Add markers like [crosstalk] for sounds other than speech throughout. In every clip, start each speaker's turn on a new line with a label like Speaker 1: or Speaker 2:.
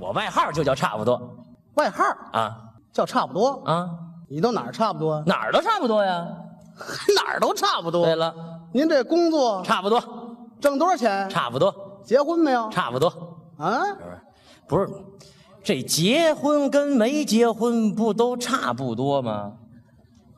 Speaker 1: 我外号就叫差不多
Speaker 2: 外号
Speaker 1: 啊
Speaker 2: 叫差不多，
Speaker 1: 啊，
Speaker 2: 你都哪儿差不多？
Speaker 1: 哪儿都差不多呀。
Speaker 2: [laughs] 哪儿都差不
Speaker 1: 对
Speaker 2: 多。
Speaker 1: 了，
Speaker 2: 您这工作
Speaker 1: 差不多，
Speaker 2: 挣多少钱？
Speaker 1: 差不多，
Speaker 2: 结婚没有？
Speaker 1: 差不多，
Speaker 2: 啊，
Speaker 1: 不是，这结婚跟没结婚不都差不多吗？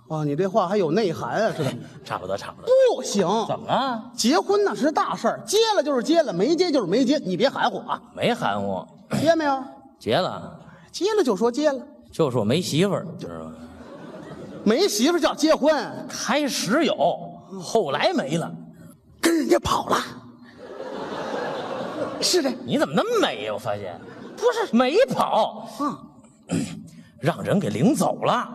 Speaker 2: 哦，你这话还有内涵啊，是吧？
Speaker 1: 差不多，差不多。
Speaker 2: [laughs] 不行，
Speaker 1: 怎么了？
Speaker 2: 结婚那是大事儿，结了就是结了，没结就是没结，你别含糊啊。
Speaker 1: 没含糊，
Speaker 2: 结没有？
Speaker 1: 结了，
Speaker 2: 结了就说结了，
Speaker 1: 就是我没媳妇儿，知道吗？
Speaker 2: 没媳妇儿叫结婚，
Speaker 1: 开始有，后来没了。
Speaker 2: 跟人家跑了， [laughs] 是这？
Speaker 1: 你怎么那么美呀？我发现
Speaker 2: 不是，
Speaker 1: 没跑，
Speaker 2: 嗯，
Speaker 1: [coughs] 让人给领走了。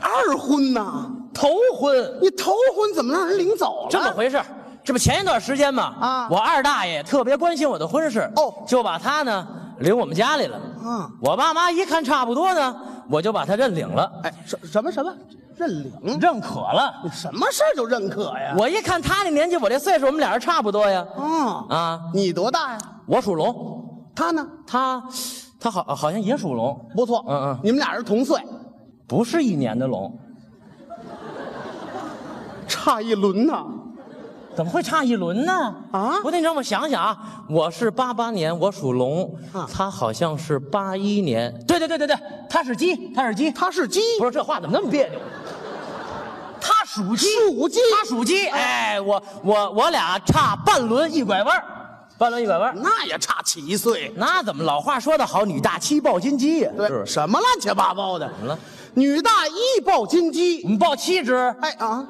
Speaker 2: 二婚呐，
Speaker 1: 头婚，
Speaker 2: 你头婚怎么让人领走了？
Speaker 1: 这么回事儿这不前一段时间嘛，
Speaker 2: 啊
Speaker 1: 我二大爷特别关心我的婚事，
Speaker 2: 哦
Speaker 1: 就把他呢领我们家里了。
Speaker 2: 啊
Speaker 1: 我爸妈一看差不多呢，我就把他认领了，
Speaker 2: 哎，什什么什么认领？
Speaker 1: 认可了。
Speaker 2: 你什么事儿就认可呀？
Speaker 1: 我一看他那年纪，我这岁数，我们俩人差不多呀。
Speaker 2: 啊
Speaker 1: 啊，
Speaker 2: 你多大呀？
Speaker 1: 我属龙，
Speaker 2: 他呢？
Speaker 1: 他，他好好像也属龙，
Speaker 2: 不错，
Speaker 1: 嗯嗯
Speaker 2: 你们俩人同岁，
Speaker 1: 不是一年的龙，
Speaker 2: 差一轮呐。
Speaker 1: 怎么会差一轮呢？
Speaker 2: 啊
Speaker 1: 不对，你让我想想啊，我是八八年，我属龙，
Speaker 2: 啊
Speaker 1: 他好像是八一年。对对对对对，他是鸡，他是鸡，
Speaker 2: 他是鸡，
Speaker 1: 不是这话怎么那么别扭？他属鸡，
Speaker 2: 属鸡
Speaker 1: 他属鸡。哎，我我我俩差半轮一拐弯儿半轮一拐弯儿
Speaker 2: 那也差七岁。
Speaker 1: 那怎么老话说得好，女大七抱金鸡呀？是
Speaker 2: 对，
Speaker 1: 不是
Speaker 2: 什么乱七八糟的？
Speaker 1: 么
Speaker 2: 怎
Speaker 1: 了？
Speaker 2: 女大一抱金
Speaker 1: 我
Speaker 2: 鸡，
Speaker 1: 们抱七只，
Speaker 2: 哎啊，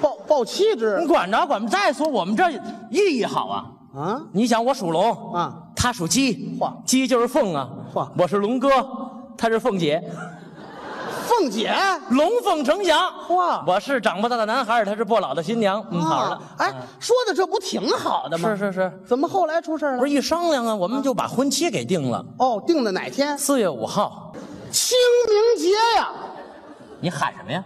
Speaker 2: 抱抱七
Speaker 1: 你
Speaker 2: 只
Speaker 1: 管着管不着。再说我们这寓意好啊。
Speaker 2: 啊，
Speaker 1: 你想，我属龙
Speaker 2: 啊，
Speaker 1: 他属鸡
Speaker 2: 嚯，
Speaker 1: 鸡就是凤啊
Speaker 2: 嚯，
Speaker 1: 我是龙哥，他是凤姐，
Speaker 2: 凤姐。
Speaker 1: 龙凤呈祥。
Speaker 2: 嚯
Speaker 1: 我是长不大的男孩儿，她是不老的新娘。嗯，好了，
Speaker 2: 啊，哎，说的这不挺好的吗？
Speaker 1: 是是是，
Speaker 2: 怎么后来出事儿
Speaker 1: 不
Speaker 2: 了？
Speaker 1: 是一商量啊，我们就把婚期给定了。
Speaker 2: 哦，定的哪天？
Speaker 1: 四月五号，
Speaker 2: 清明节呀，
Speaker 1: 你喊什么呀？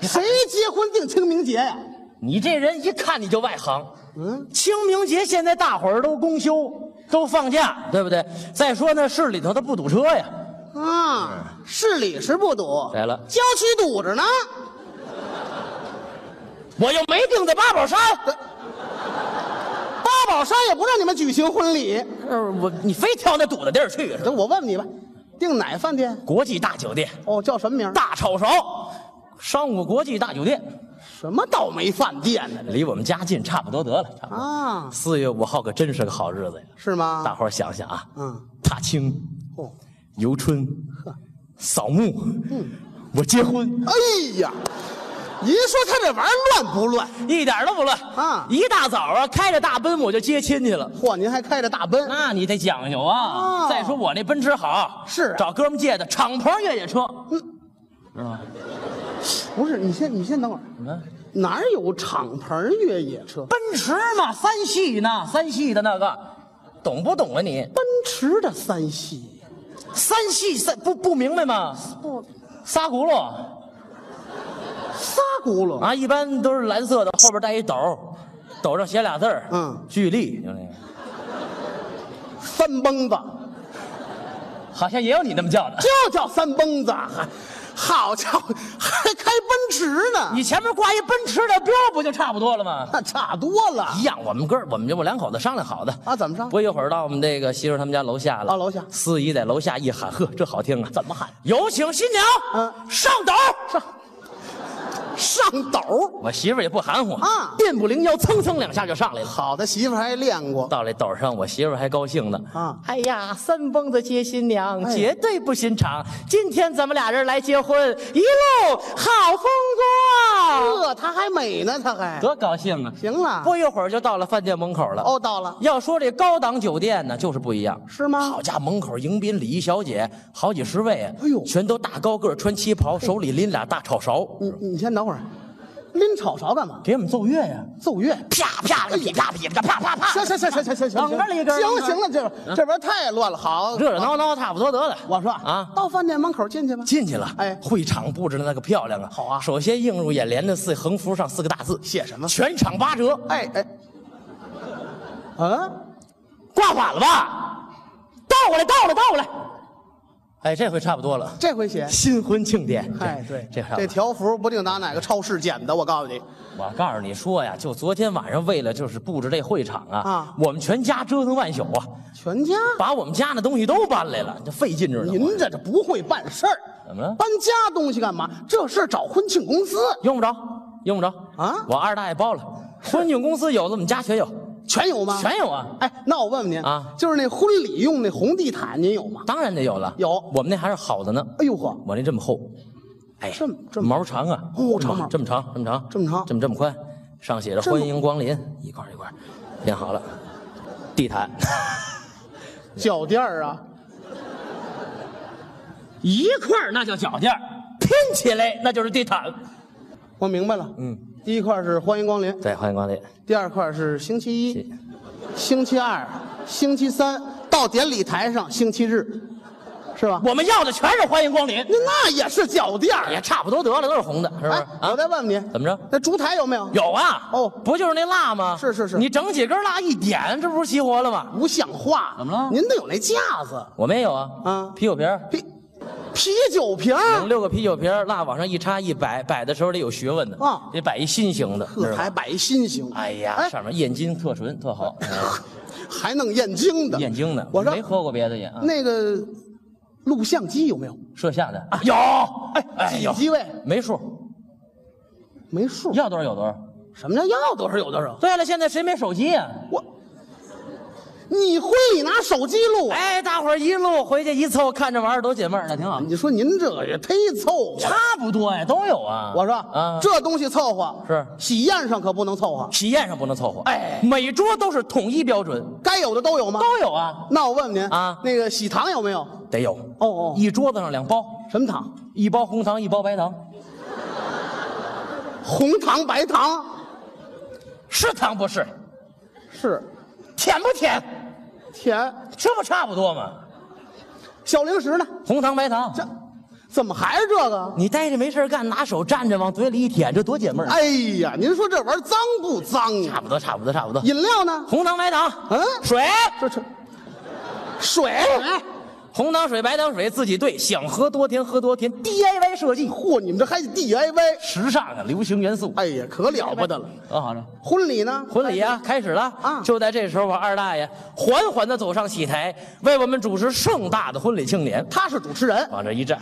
Speaker 2: 谁结婚定清明节呀？
Speaker 1: 你这人一看你就外行。
Speaker 2: 嗯，
Speaker 1: 清明节现在大伙儿都公休，都放假，对不对？再说那市里头它不堵车呀。
Speaker 2: 啊，市里是不堵，
Speaker 1: 对了
Speaker 2: 郊区堵着呢。
Speaker 1: 我又没定在八宝山，
Speaker 2: 八宝山也不让你们举行婚礼。
Speaker 1: 呃我你非挑那堵的地儿去是吧？
Speaker 2: 等我问你吧，订哪饭店？
Speaker 1: 国际大酒店，
Speaker 2: 哦，叫什么名儿？
Speaker 1: 大炒勺，商务国际大酒店，
Speaker 2: 什么倒霉饭店呢？
Speaker 1: 离我们家近，差不多得了。差不多。
Speaker 2: 啊，
Speaker 1: 四月五号可真是个好日子呀！
Speaker 2: 是吗？
Speaker 1: 大伙儿想想啊，
Speaker 2: 嗯，
Speaker 1: 踏青、
Speaker 2: 哦，嗯
Speaker 1: 游春、扫墓，我结婚。
Speaker 2: 哎呀，您说他这玩意儿乱不乱？
Speaker 1: 一点儿都不乱
Speaker 2: 啊
Speaker 1: 一大早啊，开着大奔我就接亲去了。
Speaker 2: 嚯，您还开着大奔，
Speaker 1: 那你得讲究啊！
Speaker 2: 哦
Speaker 1: 再说我那奔驰好，
Speaker 2: 是啊
Speaker 1: 找哥们借的敞篷越野车。
Speaker 2: 不是？你先，你先等会儿，
Speaker 1: 什么？
Speaker 2: 哪儿有敞篷越野车？
Speaker 1: 奔驰嘛，三系呢，三系的那个，懂不懂啊你？
Speaker 2: 奔驰的三系，
Speaker 1: 三系三不不明白吗？
Speaker 2: 不，
Speaker 1: 仨轱辘
Speaker 2: 仨轱辘，
Speaker 1: 啊，一般都是蓝色的，后边带一斗，斗上写俩字儿，
Speaker 2: 嗯
Speaker 1: 巨力，就那个，
Speaker 2: 三蹦子，
Speaker 1: 好像也有你那么叫的。
Speaker 2: 就叫三蹦子，还好家伙，还开奔驰呢，
Speaker 1: 你前面挂一奔驰的标，不就差不多了吗？
Speaker 2: 那差多了
Speaker 1: 一样，我们哥儿我们我两口子商量好的，
Speaker 2: 啊？怎么上？
Speaker 1: 不一会儿到我们这个媳妇儿他们家楼下了。
Speaker 2: 啊楼下
Speaker 1: 司仪在楼下一喊，呵，这好听啊！
Speaker 2: 怎么喊？
Speaker 1: 有请新娘，
Speaker 2: 嗯
Speaker 1: 上斗。
Speaker 2: 上上斗，
Speaker 1: 我媳妇儿也不含糊
Speaker 2: 啊
Speaker 1: 电不灵腰，蹭蹭两下就上来了。
Speaker 2: 好的媳妇儿还练过，
Speaker 1: 到这斗上，我媳妇儿还高兴呢。
Speaker 2: 啊
Speaker 1: 哎呀，三蹦子接新娘，
Speaker 2: 哎
Speaker 1: 绝对不寻常。今天咱们俩人来结婚，一路好风光，
Speaker 2: 这她还美呢，她还
Speaker 1: 多高兴啊！
Speaker 2: 行了。
Speaker 1: 不一会儿就到了饭店门口了。
Speaker 2: 哦，到了
Speaker 1: 要说这高档酒店呢，就是不一样。
Speaker 2: 是吗
Speaker 1: 好？家伙，门口迎宾礼仪小姐好几十位，啊
Speaker 2: 哎呦
Speaker 1: 全都大高个儿，穿旗袍，手里拎俩大炒勺，
Speaker 2: 你嗯你先等会儿，拎炒勺干嘛？
Speaker 1: 给我们奏乐呀！
Speaker 2: 奏乐。哎
Speaker 1: 啪啪了个噼啪噼啪啪啪啪，
Speaker 2: 行行行行行行行，
Speaker 1: 等着了一根儿
Speaker 2: 行行了，这这玩意儿太嗯乱了。好，
Speaker 1: 热热闹闹差不多得了。
Speaker 2: 我说
Speaker 1: 啊，
Speaker 2: 到饭店门口进去吧。
Speaker 1: 进去了，
Speaker 2: 哎
Speaker 1: 会场布置的那个漂亮啊！
Speaker 2: 好啊
Speaker 1: 首先映入眼帘的是横幅上四个大字，
Speaker 2: 写什么
Speaker 1: 全场八折。
Speaker 2: 哎哎，嗯、
Speaker 1: 咣挂反了吧？倒过来，倒过来，倒过来。哎，这回差不多了。
Speaker 2: 这回写。
Speaker 1: 新婚庆典，
Speaker 2: 哎，对，
Speaker 1: 这差不
Speaker 2: 这
Speaker 1: 多
Speaker 2: 条幅不定拿哪个超市捡的，我告诉你，
Speaker 1: 我告诉你说呀，就昨天晚上为了就是布置这会场啊，
Speaker 2: 啊
Speaker 1: 我们全家折腾万宿啊，
Speaker 2: 全家
Speaker 1: 把我们家那东西都搬来了，这费劲着呢。
Speaker 2: 您这这不会办事儿，
Speaker 1: 怎么了
Speaker 2: 搬家东西干嘛？这事儿找婚庆公司，
Speaker 1: 用不着，用不着
Speaker 2: 啊
Speaker 1: 我二大爷包了，婚庆公司有的，我们家全有，
Speaker 2: 全有吗？
Speaker 1: 全有啊，
Speaker 2: 哎，那我问问您
Speaker 1: 啊
Speaker 2: 就是那婚礼用那红地毯，您有吗？
Speaker 1: 当然得有了。
Speaker 2: 有
Speaker 1: 我们那还是好的呢。
Speaker 2: 哎呦呵，
Speaker 1: 我那这么厚，哎，
Speaker 2: 这么这么
Speaker 1: 毛长啊，
Speaker 2: 哦长毛
Speaker 1: 这么长，这么长，
Speaker 2: 这么长
Speaker 1: 这么这么宽，上写着“
Speaker 2: 这么
Speaker 1: 欢迎光临”，一块儿一块儿编好了。地毯，
Speaker 2: 脚垫儿啊，
Speaker 1: 一块儿那叫脚垫儿，拼起来那就是地毯。
Speaker 2: 我明白了。
Speaker 1: 嗯，
Speaker 2: 第一块是欢迎光临，
Speaker 1: 对，欢迎光临。
Speaker 2: 第二块是星期
Speaker 1: 是
Speaker 2: 一、星期二、星期三，到典礼台上星期日，是吧？
Speaker 1: 我们要的全是欢迎光临，
Speaker 2: 那那也是脚垫儿。
Speaker 1: 也差不多得了，都是红的，是不是？啊
Speaker 2: 哎，我再问问您，
Speaker 1: 怎么着？
Speaker 2: 那烛台有没有？
Speaker 1: 有啊，
Speaker 2: 哦
Speaker 1: 不就是那蜡吗？
Speaker 2: 是是是
Speaker 1: 你整几根蜡一点，这不是齐活了吗？
Speaker 2: 不像话，
Speaker 1: 怎么了
Speaker 2: 您得有那架子，
Speaker 1: 我们也有啊，
Speaker 2: 啊
Speaker 1: 啤酒瓶儿，
Speaker 2: 啤啤酒瓶儿，
Speaker 1: 整六个啤酒瓶儿，蜡往上一插一摆，摆的时候得有学问的，
Speaker 2: 啊
Speaker 1: 得摆一心形的，知
Speaker 2: 这
Speaker 1: 道吧
Speaker 2: 还摆一心形。
Speaker 1: 哦哎呀，
Speaker 2: 哎
Speaker 1: 上面燕京特纯特好，
Speaker 2: 还弄燕京的，
Speaker 1: 燕京的，
Speaker 2: 我说
Speaker 1: 没喝过别的也啊，
Speaker 2: 那个录像机有没有？
Speaker 1: 摄像的啊有，哎哎有，
Speaker 2: 机位
Speaker 1: 没数，
Speaker 2: 没数。
Speaker 1: 要多少有多少。
Speaker 2: 什么叫要多少有多少？
Speaker 1: 对了，现在谁没手机啊呀？
Speaker 2: 我，你会拿手机录啊？
Speaker 1: 哎，大伙儿一路回去一凑，看这玩意儿多解闷儿，那挺好。
Speaker 2: 你说您这个也忒凑合。
Speaker 1: 差不多呀，都有啊。
Speaker 2: 我说
Speaker 1: 啊，
Speaker 2: 这东西凑合
Speaker 1: 是
Speaker 2: 喜宴上可不能凑合，
Speaker 1: 喜宴上不能凑合，
Speaker 2: 哎
Speaker 1: 每桌都是统一标准，
Speaker 2: 该有的都有吗？
Speaker 1: 都有啊，
Speaker 2: 那我问问您
Speaker 1: 啊
Speaker 2: 那个喜糖有没有？哦
Speaker 1: 得有。
Speaker 2: 哦，
Speaker 1: 一桌子上两包，
Speaker 2: 什么糖？
Speaker 1: 一包红糖，一包白糖，
Speaker 2: 红糖、白糖
Speaker 1: 是糖不是？
Speaker 2: 是
Speaker 1: 甜不甜？
Speaker 2: 甜，
Speaker 1: 这不差不多吗？
Speaker 2: 小零食呢？
Speaker 1: 红糖白糖，
Speaker 2: 这怎么还是这个？
Speaker 1: 你待着没事儿干，拿手蘸着往嘴里一舔，这多解闷儿。
Speaker 2: 哎呀，您说这玩意儿脏不脏
Speaker 1: 差
Speaker 2: 啊？
Speaker 1: 不多，差不多，差不多。
Speaker 2: 饮料呢？
Speaker 1: 红糖白糖，
Speaker 2: 嗯，
Speaker 1: 水，
Speaker 2: 这哎这水，
Speaker 1: 红糖水白糖水自己兑，想喝多甜喝多甜，DIY 设计，
Speaker 2: 嚯，你们这还 DIY？
Speaker 1: 时尚啊，流行元素，
Speaker 2: 哎呀，可了不得了！
Speaker 1: 多哦好着。
Speaker 2: 婚礼呢？
Speaker 1: 婚礼啊，开始了
Speaker 2: 啊
Speaker 1: 就在这时候，我二大爷缓缓地走上喜台，为我们主持盛大的婚礼庆典。
Speaker 2: 他是主持人，
Speaker 1: 往这一站，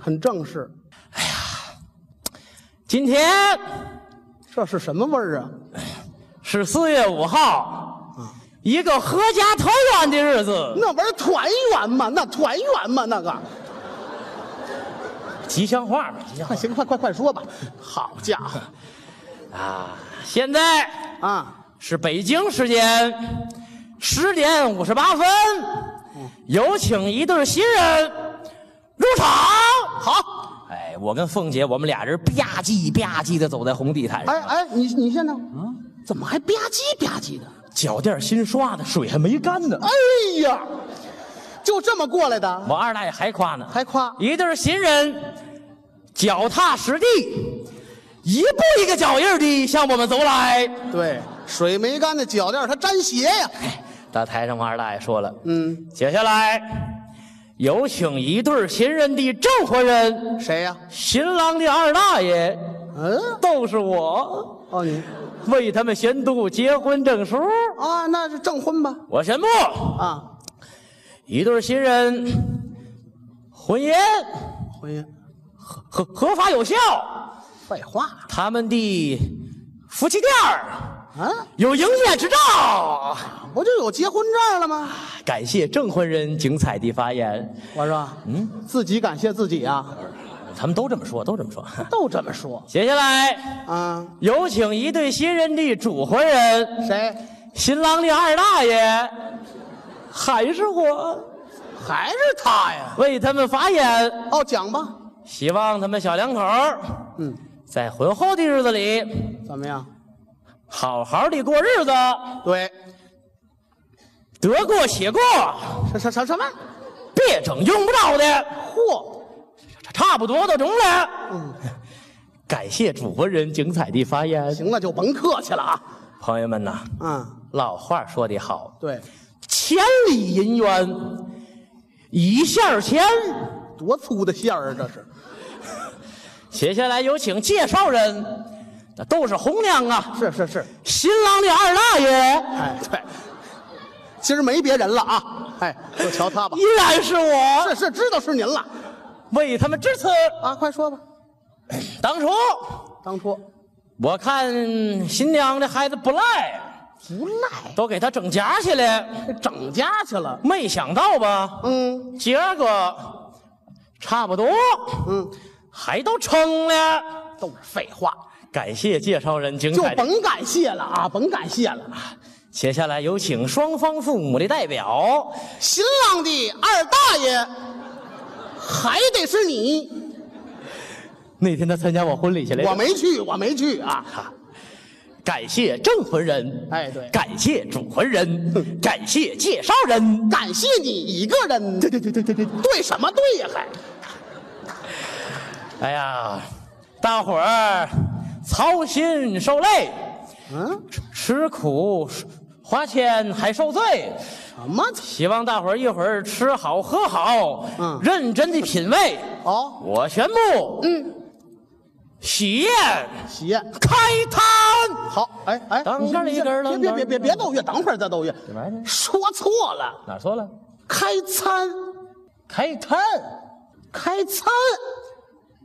Speaker 2: 很正式。
Speaker 1: 今天
Speaker 2: 这是什么味儿啊？
Speaker 1: 是四月五号，
Speaker 2: 嗯
Speaker 1: 一个合家团圆的日子，
Speaker 2: 那玩意儿团圆嘛，那团圆嘛，那个。
Speaker 1: 吉祥话嘛，吉祥
Speaker 2: [laughs] 快行，快快快说吧。好家伙
Speaker 1: 话啊！现在
Speaker 2: 啊！
Speaker 1: 是北京时间十点五十八分，
Speaker 2: 嗯
Speaker 1: 有请一对新人入场。好，哎，我跟凤姐，我们俩人吧唧吧唧的走在红地毯上。
Speaker 2: 哎哎，你你现在嗯，怎么还吧唧吧唧的？
Speaker 1: 脚垫新刷的，水还没干呢。
Speaker 2: 哎呀，就这么过来的，
Speaker 1: 我二大爷还夸呢，
Speaker 2: 还夸
Speaker 1: 一对新人，脚踏实地，一步一个脚印地向我们走来。 [laughs]
Speaker 2: 对，水没干的脚垫儿它沾鞋呀。
Speaker 1: 到台上，我二大爷说了，
Speaker 2: 嗯，
Speaker 1: 接下来有请一对新人的证婚人，
Speaker 2: 谁呀？
Speaker 1: 新郎的二大爷
Speaker 2: 嗯，
Speaker 1: 都是我，
Speaker 2: 哦你
Speaker 1: 为他们宣读结婚证书。
Speaker 2: 啊，那是证婚吧？
Speaker 1: 我宣布，
Speaker 2: 啊，
Speaker 1: 一对新人婚姻
Speaker 2: 婚姻，
Speaker 1: 合合法有效。
Speaker 2: 废话
Speaker 1: 他们的夫妻店儿
Speaker 2: 啊，
Speaker 1: 有营业执照。
Speaker 2: 不就有结婚证了吗？
Speaker 1: 感谢证婚人景彩的发言，
Speaker 2: 我说，嗯，自己感谢自己啊，
Speaker 1: 他们都这么说，都这么说。
Speaker 2: 都这么说
Speaker 1: 接下来
Speaker 2: 啊。
Speaker 1: 有请一对新人的主婚人，
Speaker 2: 谁？
Speaker 1: 新郎的二大爷，还是我
Speaker 2: 还是他呀？
Speaker 1: 为他们发言，
Speaker 2: 哦，讲吧，
Speaker 1: 希望他们小两口儿
Speaker 2: 嗯，
Speaker 1: 在婚后的日子里
Speaker 2: 怎么样？
Speaker 1: 好好的过日子，
Speaker 2: 对，
Speaker 1: 得过且过，
Speaker 2: 什什什什么？
Speaker 1: 别整用不着的。
Speaker 2: 嚯，嗯
Speaker 1: 差不多都中了。 [laughs] 感谢主婚人景彩的发言。
Speaker 2: 行了，就甭客气了啊。
Speaker 1: 朋友们呐，
Speaker 2: 嗯，
Speaker 1: 老话说得好，
Speaker 2: 对，
Speaker 1: 千里银元一线儿牵。
Speaker 2: 多粗的线儿啊，这是。
Speaker 1: 接下来有请介绍人，那都是红娘啊，
Speaker 2: 是是是，
Speaker 1: 新郎的二大爷
Speaker 2: 哎，对，今儿没别人了啊，哎，就瞧 [laughs] 他吧
Speaker 1: 依。然是我，
Speaker 2: 是是，知道是您了
Speaker 1: 为他们致辞。
Speaker 2: 啊，快说吧，
Speaker 1: 当初
Speaker 2: 当初
Speaker 1: 我看新娘的孩子不赖，
Speaker 2: 不赖，
Speaker 1: 都给她整夹起来，
Speaker 2: 这整家去了。
Speaker 1: 没想到吧，
Speaker 2: 嗯
Speaker 1: 今儿个差不多
Speaker 2: 嗯，
Speaker 1: 还都成了。
Speaker 2: 都是废话，
Speaker 1: 感谢介绍人精
Speaker 2: 就
Speaker 1: 彩的。
Speaker 2: 甭感谢了啊，甭感谢了。
Speaker 1: 接下来有请双方父母的代表，
Speaker 2: 新郎的二大爷还得是你，
Speaker 1: 那天他参加我婚礼去了。
Speaker 2: 我没去，我没去啊。
Speaker 1: 感谢证婚人，
Speaker 2: 哎对
Speaker 1: 感谢主婚人，
Speaker 2: [laughs]
Speaker 1: 感谢介绍人，
Speaker 2: 感谢你一个人，对对对对对对，对什么对呀、还
Speaker 1: 哎呀，大伙儿操心受累，
Speaker 2: 嗯，
Speaker 1: 吃苦花钱还受罪，
Speaker 2: 什么
Speaker 1: 希望大伙儿一会儿吃好喝好，
Speaker 2: 嗯
Speaker 1: 认真的品味。
Speaker 2: 哦，
Speaker 1: 我宣布，嗯，喜宴
Speaker 2: 喜宴
Speaker 1: 开摊。
Speaker 2: 好，哎哎，
Speaker 1: 当
Speaker 2: 你
Speaker 1: 这儿一根儿
Speaker 2: 别
Speaker 1: 当
Speaker 2: 别
Speaker 1: 这儿
Speaker 2: 别别别奏乐，等会儿再奏乐。
Speaker 1: 干嘛去
Speaker 2: 说错了，
Speaker 1: 哪儿错了？
Speaker 2: 开餐，
Speaker 1: 开摊。
Speaker 2: 开餐，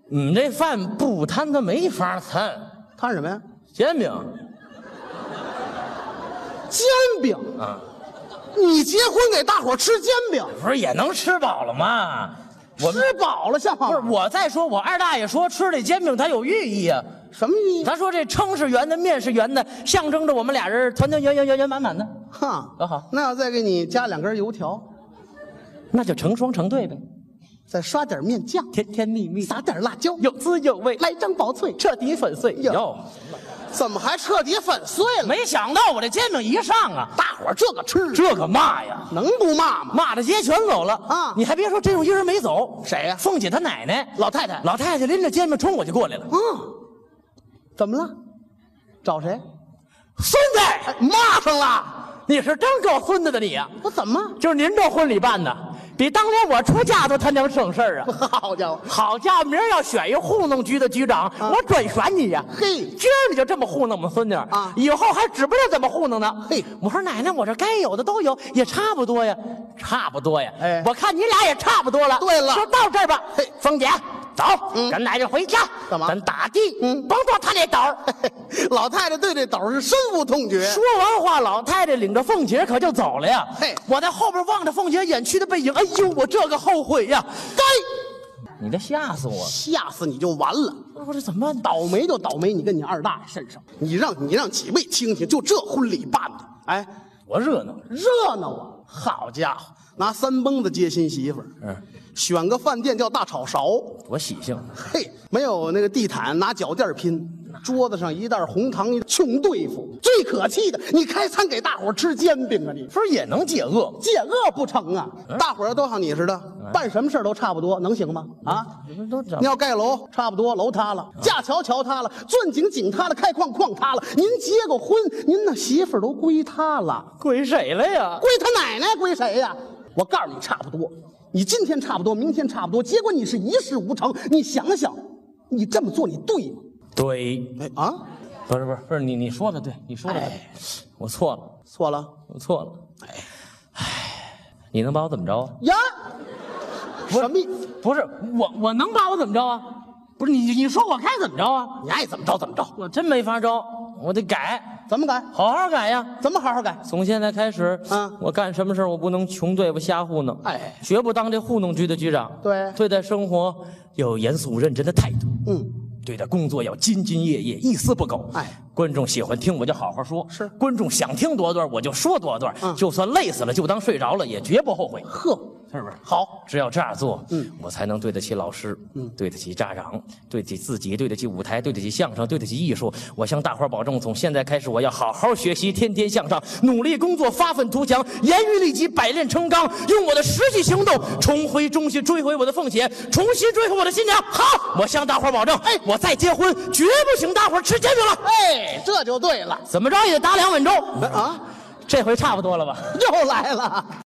Speaker 1: 你们这饭不摊它没法摊，
Speaker 2: 看什么呀？
Speaker 1: 煎饼
Speaker 2: 煎饼。
Speaker 1: 啊。
Speaker 2: 你结婚给大伙儿吃煎饼，
Speaker 1: 不是也能吃饱了吗？我们
Speaker 2: 吃饱了像话
Speaker 1: 不是
Speaker 2: 吗？
Speaker 1: 我再说，我二大爷说吃这煎饼它有寓意啊。
Speaker 2: 什么意思？
Speaker 1: 他说这称是圆的，面是圆的，象征着我们俩人团团圆圆圆圆满满的，
Speaker 2: 哈，
Speaker 1: 多啊好
Speaker 2: 那要再给你加两根油条，
Speaker 1: 那就成双成对呗，
Speaker 2: 再刷点面酱，
Speaker 1: 甜甜蜜蜜，
Speaker 2: 撒点辣椒，
Speaker 1: 有滋有味，
Speaker 2: 来张薄脆。
Speaker 1: 彻底粉碎。
Speaker 2: 哟
Speaker 1: 哟，
Speaker 2: 怎么还彻底粉碎了？
Speaker 1: 没想到我这煎饼一上啊，
Speaker 2: 大伙儿这个吃，
Speaker 1: 这个骂呀，
Speaker 2: 能不骂吗？
Speaker 1: 骂的街全走了
Speaker 2: 啊
Speaker 1: 你还别说，真有一人没走，
Speaker 2: 谁呀
Speaker 1: 凤姐她奶奶，
Speaker 2: 老太太
Speaker 1: 老太太拎着煎饼冲我就过
Speaker 2: [laughs]
Speaker 1: 来了，
Speaker 2: 嗯，怎么了？找谁？
Speaker 1: 孙子，
Speaker 2: 哎骂上了？
Speaker 1: 你是真够孙子的你呀、
Speaker 2: 我怎么？
Speaker 1: 就是您这婚礼办的，比当年我出嫁都他娘省事
Speaker 2: [laughs]
Speaker 1: 儿啊！
Speaker 2: 好家伙，
Speaker 1: 好家伙，明儿要选一糊弄局的局长，
Speaker 2: 啊
Speaker 1: 我准选
Speaker 2: [laughs]
Speaker 1: 你呀、
Speaker 2: 嘿
Speaker 1: 今儿你就这么糊弄我们孙女儿
Speaker 2: 啊
Speaker 1: 以后还指不定怎么糊弄呢。
Speaker 2: 嘿
Speaker 1: 我说奶奶，我这该有的都有，也差不多呀，差不多呀。
Speaker 2: 哎
Speaker 1: 我看你俩也差不多了。
Speaker 2: 对了
Speaker 1: 就到这儿吧。
Speaker 2: 嘿
Speaker 1: 凤姐，走，
Speaker 2: 嗯
Speaker 1: 咱奶奶回家。
Speaker 2: 干嘛
Speaker 1: 咱打的，
Speaker 2: 嗯
Speaker 1: 甭说他那斗儿。
Speaker 2: 老太太对这斗是深恶痛绝。
Speaker 1: 说完话，老太太领着凤姐可就走了呀。
Speaker 2: 嘿
Speaker 1: 我在后边望着凤姐远去的背影，哎呦，我这个后悔呀！
Speaker 2: 该
Speaker 1: 你这吓死我！
Speaker 2: 吓死你就完了，
Speaker 1: 我这怎么办？
Speaker 2: 倒霉就倒霉你跟你二大爷身上。你让你让几位听听，就这婚礼办的，哎，
Speaker 1: 多热闹！
Speaker 2: 热闹啊！好家伙，拿三蹦子接新媳妇儿，
Speaker 1: 嗯，
Speaker 2: 选个饭店叫大炒勺，
Speaker 1: 多喜庆！
Speaker 2: [laughs] 嘿，没有那个地毯，拿脚垫儿拼。桌子上一袋红糖，一穷对付。最可气的，你开餐给大伙儿吃煎饼啊你！
Speaker 1: 不是也能嗯解饿吗？
Speaker 2: 解饿不成啊！大伙儿都像你似的，
Speaker 1: 嗯
Speaker 2: 办什么事儿都差不多，能行吗？啊！
Speaker 1: 你们都长
Speaker 2: 你要盖楼，差不多楼塌了，
Speaker 1: 嗯
Speaker 2: 架桥桥塌了，钻井井塌了，开矿矿塌了。您结个婚，您那媳妇儿都归他了。
Speaker 1: 归谁了呀？
Speaker 2: 归他奶奶，归谁呀、我告诉你，差不多。你今天差不多，明天差不多，结果你是一事无成。你想想，你这么做你对吗？
Speaker 1: 对，
Speaker 2: 哎啊，
Speaker 1: 不是不是不是，你你说的对，你说的对，我错了，
Speaker 2: 错了
Speaker 1: 我错了。哎，你能把我怎么着啊？
Speaker 2: 呀？什么意？
Speaker 1: 不是我，我能把我怎么着啊？不是你，你说我该怎么着啊？
Speaker 2: 你爱怎么着怎么着，
Speaker 1: 我真没法着，我得改，
Speaker 2: 怎么改？
Speaker 1: 好好改呀。
Speaker 2: 怎么好好改？
Speaker 1: 从现在开始，
Speaker 2: 嗯
Speaker 1: 我干什么事儿我不能穷对付、瞎糊弄，
Speaker 2: 哎
Speaker 1: 绝不当这糊弄局的局长。
Speaker 2: 对
Speaker 1: 对待生活有严肃认真的态度，
Speaker 2: 嗯，
Speaker 1: 对待工作要兢兢业业，一丝不苟。
Speaker 2: 哎，
Speaker 1: 观众喜欢听我就好好说，
Speaker 2: 是
Speaker 1: 观众想听多段我就说多段，
Speaker 2: 嗯
Speaker 1: 就算累死了就当睡着了，也绝不后悔。
Speaker 2: 呵，
Speaker 1: 是不是？
Speaker 2: 好，
Speaker 1: 只有这样做，嗯，我才能对得起老师，嗯，对得起家长，对得起自己，对得起舞台，对得起相声，对得起艺术。我向大伙儿保证，从现在开始，我要好好学习，天天向上，努力工作，发愤图强，严于律己，百炼成钢，用我的实际行动重回中心，追回我的奉献，重新追回我的信仰。好，我向大伙儿保证，哎，我再结婚绝不请大伙儿吃煎饼了，
Speaker 2: 哎，这就对了
Speaker 1: 怎么着也得打两碗粥。
Speaker 2: 啊，
Speaker 1: 这回差不多了吧？
Speaker 2: 又来了。